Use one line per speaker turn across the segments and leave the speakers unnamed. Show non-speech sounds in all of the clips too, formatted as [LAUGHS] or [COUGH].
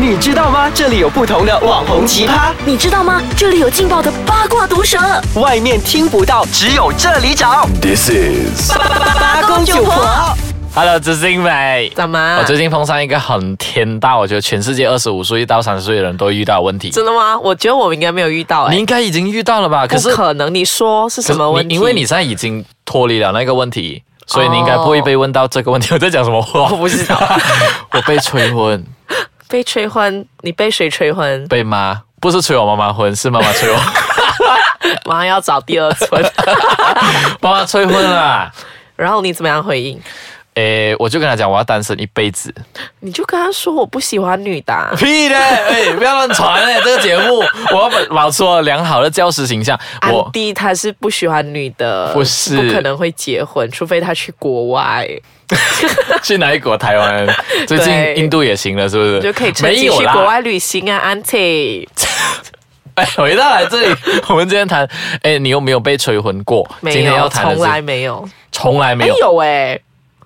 你知道吗？这里有不同的网红奇葩，
你知道吗？这里有劲爆的八卦毒舌，
外面听不到，只有这里找。
This is
八公九婆，
Hello，知心美。
干嘛
我？最近碰上一个很天大，我觉得全世界二十五岁到三十岁的人都遇到的问题。
真的吗？我觉得我应该没有遇到哎、
你应该已经遇到了吧？可
不
是
可能，你说是什么问
可是你
题？
因为你现在已经脱离了那个问题，所以你应该不会被问到这个问题。我在讲什么哦话？我不知道。 [LAUGHS] 我被催婚，
被催婚，你被谁催婚？
被妈不是催我妈妈婚，是妈妈催 [LAUGHS] 我，
马上要找第二
[LAUGHS]
春，
妈妈催婚啦。
然后你怎么样回应？
诶，我就跟他讲，我要单身一辈子。
你就跟他说我不喜欢女的啊、
屁的，哎，不要乱传哎，这个节目我要保保持我良好的教师形象。 [LAUGHS] 我
安迪他是不喜欢女的，
不是
不可能会结婚，除非他去国外。
去哪一国？台
[LAUGHS]
湾，最
对
近印度也行了，是不是？
你就可以趁
没
机
有
去
啦
国外旅行啊，安迪。
[LAUGHS] 哎，回到来这里，我们今天谈，哎，你有没有被催婚过？今
没
天要
有，
谈的
从
是
来没有。
从来没有
哎。有哎、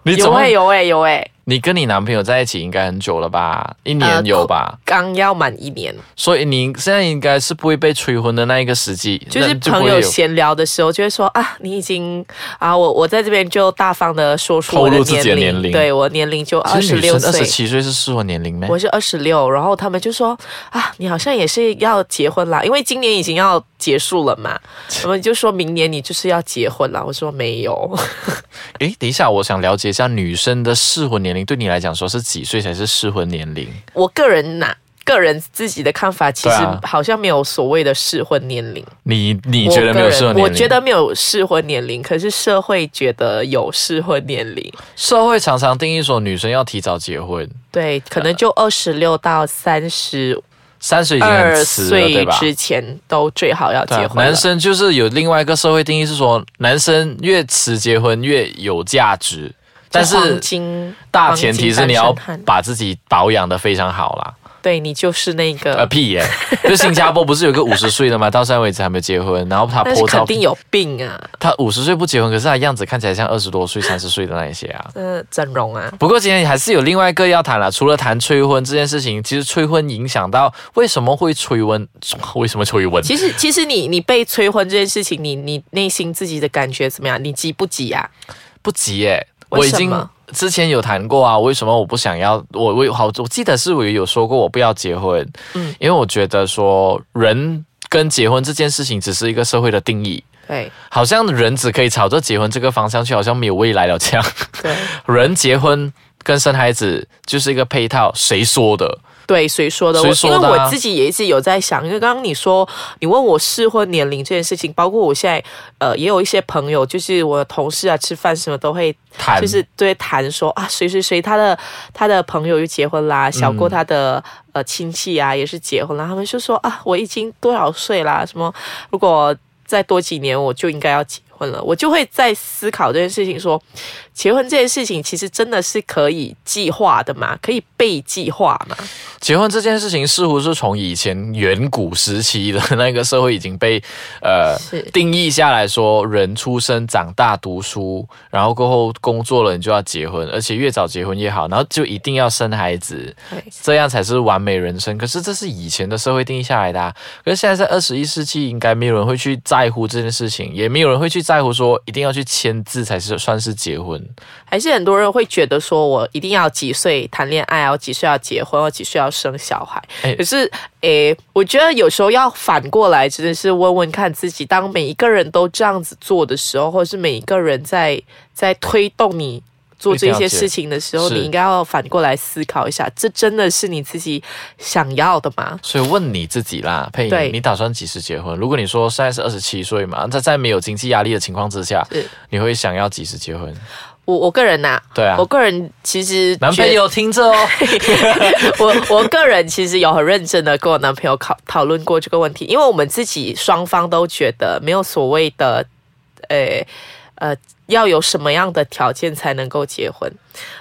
你怎
有
么
哎、？有哎、有哎、
你跟你男朋友在一起应该很久了吧？一
呃
年有吧？
刚要满一年，
所以你现在应该是不会被催婚的那一个时机，
就是
那不
朋
会
友
有
闲聊的时候就会说啊，你已经啊，我我在这边就大方的说出我的
透露自己的
年龄，
年龄
对我年龄就二
其实
十
女
六
生二十
岁。
七岁是适合年龄咩？
我是二十六，然后他们就说啊，你好像也是要结婚啦，因为今年已经要结束
[LAUGHS]
了嘛，他们就说明年你就是要结婚啦。我说没有， [LAUGHS]
诶，等一下，我想了解一下女生的适婚年龄，对你来讲说是几岁才是适婚年龄？
我个人呐、个人自己的看法，其实
对啊
好像没有所谓的适婚年龄。
你你
我
觉得没
个
有
人
适婚年龄？
我觉得没有适婚年龄，可是社会觉得有适婚年龄。
社会常常定义说女生要提早结婚，
对，可能就二十六到三十
三呃十已经
二
很迟了，对
岁
吧？
之前都最好要
对
结
啊，
婚了。
男生就是有另外一个社会定义是说，男生越迟结婚越有价值，但
就黄
是
金
大前提是你要
黄金单身汉
把自己保养的非常好啦。
对你就是那
呃 [LAUGHS]
个，
屁
[LAUGHS]
耶、就新加坡不是有个五十岁的吗？到现在为止还没有结婚，然后他
但是
拍
肯
照，
定有病啊，
他五十岁不结婚，可是他样子看起来像二十多岁、三十岁的那一些啊。
呃，整容啊，
不过今天还是有另外一个要谈了，除了谈催婚这件事情，其实催婚影响到为什么会催婚，为什么催婚？
其实，其实你你被催婚这件事情，你你内心自己的感觉怎么样？你急不急啊？
不急耶、
为
我已
什
经
么
之前有谈过啊，为什么我不想要？我我好，我记得是我有说过我不要结婚，
嗯
因为我觉得说人跟结婚这件事情只是一个社会的定义，
对
好像人只可以朝着结婚这个方向去，好像没有未来了这样。 [LAUGHS]
对
人结婚跟生孩子就是一个配套，谁说的？
对，谁说的？
谁说的啊
我因为我自己也一直有在想，因为刚刚你说你问我适婚年龄这件事情，包括我现在呃也有一些朋友，就是我的同事啊，吃饭什么都会
谈
就是对谈说啊，谁谁谁他的他的朋友又结婚啦，小过他的、呃亲戚啊也是结婚啦，他们就说啊，我已经多少岁啦，什么如果再多几年我就应该要结婚了，我就会在思考这件事情说，结婚这件事情其实真的是可以计划的嘛，可以被计划嘛，
结婚这件事情似乎是从以前远古时期的那个社会已经被呃
是
定义下来说，人出生、长大、读书，然后过后工作了，你就要结婚，而且越早结婚越好，然后就一定要生孩子，
对
这样才是完美人生。可是这是以前的社会定义下来的、啊，可是现在在二十一世纪，应该没有人会去在乎这件事情，也没有人会去在乎说一定要去签字才是算是结婚。
还是很多人会觉得说，我一定要几岁谈恋爱啊，我几岁要结婚，我几岁要生小孩。
哎
可是，诶，我觉得有时候要反过来，真的是问问看自己，当每一个人都这样子做的时候，或是每一个人在在推动你。做这些事情的时候，
是
你应该要反过来思考一下，这真的是你自己想要的吗？
所以问你自己啦，佩
对
莹，你打算几时结婚？如果你说现在是二十七岁嘛，在在没有经济压力的情况之下
是，
你会想要几时结婚？
我我个人呐、
对啊
我个人其实
男朋
觉
友听着哦，
[LAUGHS] 我我个人其实有很认真的跟我男朋友讨讨论过这个问题，因为我们自己双方都觉得没有所谓的，呃呃，要有什么样的条件才能够结婚。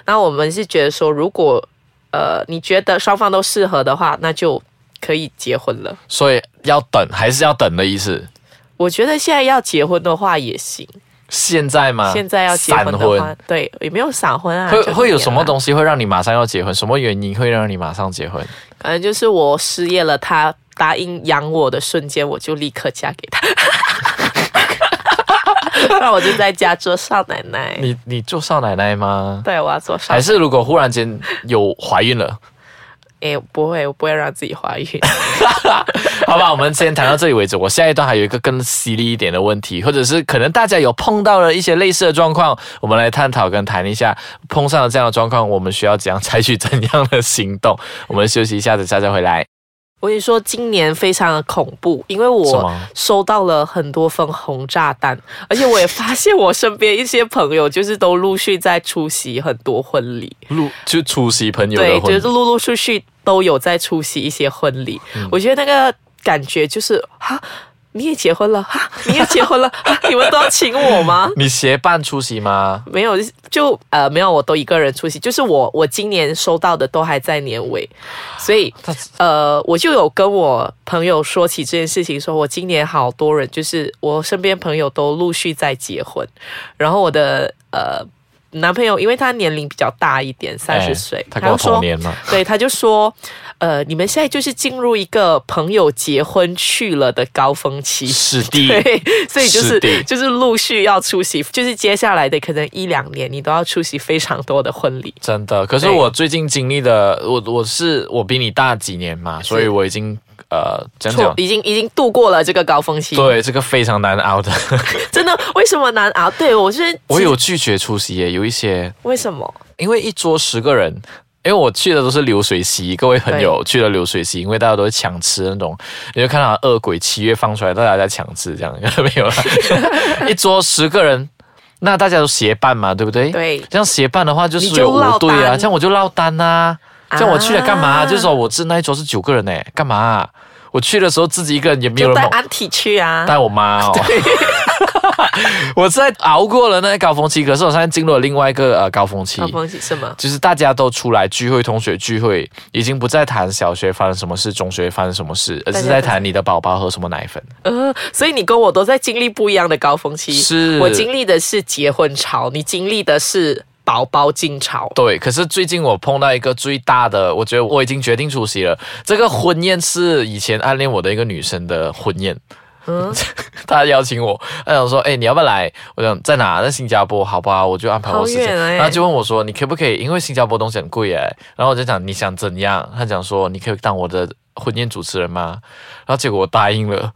那我们是觉得说，如果呃你觉得双方都适合的话，那就可以结婚了。
所以要等还是要等的意思。
我觉得现在要结婚的话也行，
现在吗？
现在要结婚
啊闪
的话，对，也没有闪婚啊，
会
就
会有什么
离婚啊
东西会让你马上要结婚？什么原因会让你马上结婚？
可能就是我失业了，他答应养我的瞬间，我就立刻嫁给他。 [LAUGHS] 不然我就在家做少奶奶。
你你做少奶奶吗？
对，我要做少奶
还
奶。
是如果忽然间有怀孕了？
哎，不会，我不会让自己怀孕。 [LAUGHS]
[LAUGHS] 好吧，我们先谈到这里为止。我下一段还有一个更犀利一点的问题，或者是可能大家有碰到了一些类似的状况，我们来探讨跟谈一下，碰上了这样的状况，我们需要怎样采取怎样的行动？我们休息一下子，再再回来。
我跟你说，今年非常的恐怖，因为
什
我
么
收到了很多封轰炸弹，而且我也发现我身边一些朋友就是都陆续在出席很多婚礼。
路就出席朋友
对
的，
就是
婚，
陆陆续续都有在出席一些婚礼。我觉得那个感觉就是哈，你也结婚了，哈，你也结婚了，哈你们都要请我吗？
你协办出席 [LAUGHS] 吗？
没有，就呃没有，我都一个人出席。就是我我今年收到的都还在年尾，所以
他
呃我就有跟我朋友说起这件事情，说我今年好多人，就是我身边朋友都陆续在结婚，然后我的呃男朋友，因为他年龄比较大一点，三
哎
十岁，
他跟我
就说
同年嘛。
对，他就说，呃，你们现在就是进入一个朋友结婚去了的高峰期。
史蒂，
[LAUGHS] 对，所以就是是
的
就是陆续要出席，就是接下来的可能一两年，你都要出席非常多的婚礼。
真的。可是
对
我最近经历的，我我是我比你大几年嘛，所以我已经呃，讲
错
讲，，
已经已经度过了这个高峰期。，
对这个非常难熬的。 [LAUGHS]
[LAUGHS] 真的，为什么难熬？对我是
我有拒绝出席耶，有一些
为什么？
因为一桌十个人，因为我去的都是流水席，各位朋友去了流水席，因为大家都会抢吃那种，你就看到恶鬼七月放出来，大家在抢吃这样，没
[LAUGHS]
有啦，一桌十个人。那大家都协办嘛，对不对？
对
这样协办的话就是
你就
有五
落
对啊，
单
这样我就落单啊。这样我去了干嘛、
啊
就是说我这那一桌是九个人呢、干嘛啊、我去的时候自己一个人也没有人
就带
帮我
安体去啊。
带我妈哦。 [LAUGHS] 我在熬过了那个高峰期，可是我现在进入了另外一个呃高峰期
高。峰期什么？
就是大家都出来聚会，同学聚会，已经不再谈小学发生什么事，中学发生什么事，而是在谈你的宝宝喝什么奶粉。
呃，所以你跟我都在经历不一样的高峰期。
是
我经历的是结婚潮，你经历的是宝宝进潮。
对，可是最近我碰到一个最大的，我觉得我已经决定出席了。这个婚宴是以前暗恋我的一个女生的婚宴。嗯，她邀请我，她想说，哎、你要不要来？我想在哪？在新加坡，好吧，我就安排我时间。
好远欸
然后就问我说，你可不可以？因为新加坡东西很贵哎、然后我就讲你想怎样？她讲说，你可以当我的婚宴主持人吗？然后结果我答应了。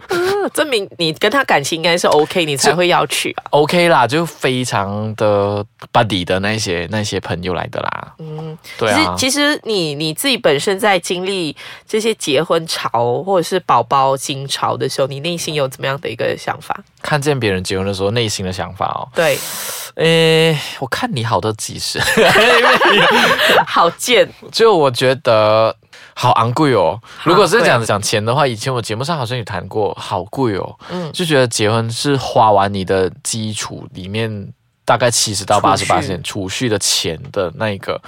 证明你跟他感情应该是 OK，你才会要去啊。
OK 啦，就非常的 buddy 的那些那些朋友来的啦。嗯，对啊，
其实，其实你你自己本身在经历这些结婚潮或者是宝宝经潮的时候，你内心有怎么样的一个想法？
看见别人结婚的时候，内心的想法哦，
对，
诶，我看你好的几十，
好贱，
就我觉得好昂贵哦。如果是
昂贵
讲讲钱的话，以前我节目上好像有谈过，好贵哦。嗯，就觉得结婚是花完你的基础里面。大概七十到八
储
十
蓄
八千储蓄的钱的那一个，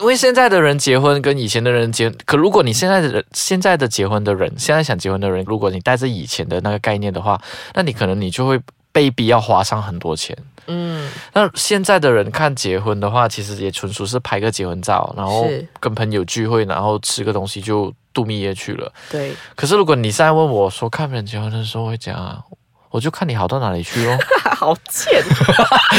因为现在的人结婚跟以前的人结，可如果你现在的人现在的结婚的人，现在想结婚的人，如果你带着以前的那个概念的话，那你可能你就会被逼要花上很多钱。
嗯，
那现在的人看结婚的话，其实也纯属是拍个结婚照，然后
是
跟朋友聚会，然后吃个东西就度蜜月去了。
对，
可是如果你现在问我说看别人结婚的时候我会讲啊，我就看你好到哪里去哦。
[LAUGHS] 好贱。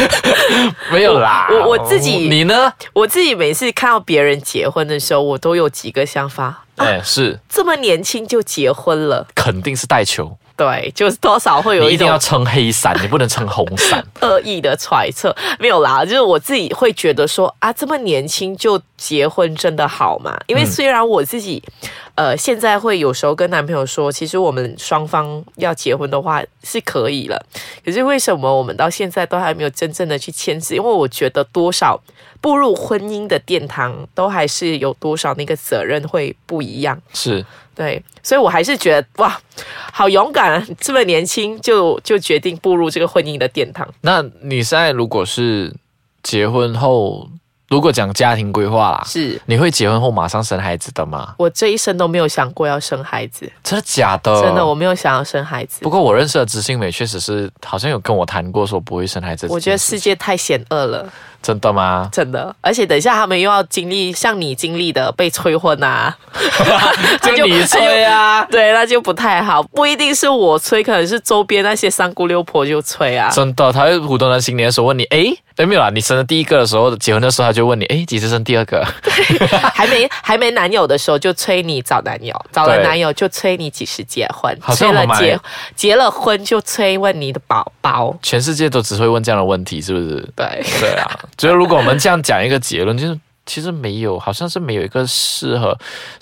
[LAUGHS] 没有啦，哦
我我自己
你呢？
我自己每次看到别人结婚的时候，我都有几个想法：
哎、是
这么年轻就结婚了，
肯定是带球，
对，就是多少会有
你一
一
定要
种
撑黑
[LAUGHS]
伞，你不能撑红伞。
恶意的揣测，没有啦，就是我自己会觉得说啊，这么年轻就结婚真的好吗？因为虽然我自己，呃，现在会有时候跟男朋友说，其实我们双方要结婚的话是可以了，可是为什么我们到现在都还没有真正的去签字？因为我觉得多少步入婚姻的殿堂，都还是有多少那个责任会不一样。
是，
对，所以我还是觉得哇，好勇敢啊！这么年轻就就决定步入这个婚姻的殿堂。
那你现在如果是结婚后如果讲家庭规划啦，
是
你会结婚后马上生孩子的吗？
我这一生都没有想过要生孩子，
真的假的？
真的我。没有想要生孩子
哦不。过我认识的知性美确实是好像有跟我谈过说不会生孩子这件事。
我觉得世界太险恶了，
真的吗？
真的。而且等一下他们又要经历像你经历的被催婚
[LAUGHS]
啊，
就你催啊，
对，那就不太好。不一定是我催，可能是周边那些三姑六婆就催啊。
真的，他会普通人新年的时候问你，诶，对，没有啦，你生了第一个的时候，结婚的时候他就问你，诶，几时生第二个？
还没还没男友的时候就催你找男友，找了
对
男友就催你几时结婚，
好像
催了
我买
结结了婚就催问你的宝宝。
全世界都只会问这样的问题，是不是？
对，
对啊，所以如果我们这样讲一个结论，就是其实没有，好像是没有一个适合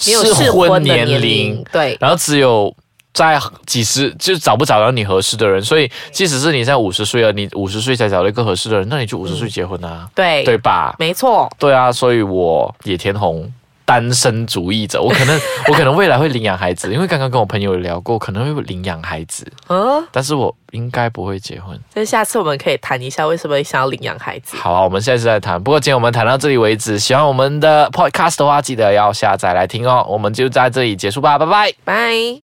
没有适婚的年龄
龄，，
对，
然后只有。在几十就找不找到你合适的人，所以即使是你在五十岁了，你五十岁才找到一个合适的人，那你就五十岁结婚啊，
对
对吧？
没错，
对啊，所以我野田红单身主义者，我可能我可能未来会领养孩子，因为刚刚跟我朋友聊过，可能会领养孩子，
嗯，
但是我应该不会结婚。
那下次我们可以谈一下为什么你想要领养孩子。
好啊，我们下次再谈。不过今天我们谈到这里为止，喜欢我们的 podcast 的话，记得要下载来听哦。我们就在这里结束吧，拜拜。
拜。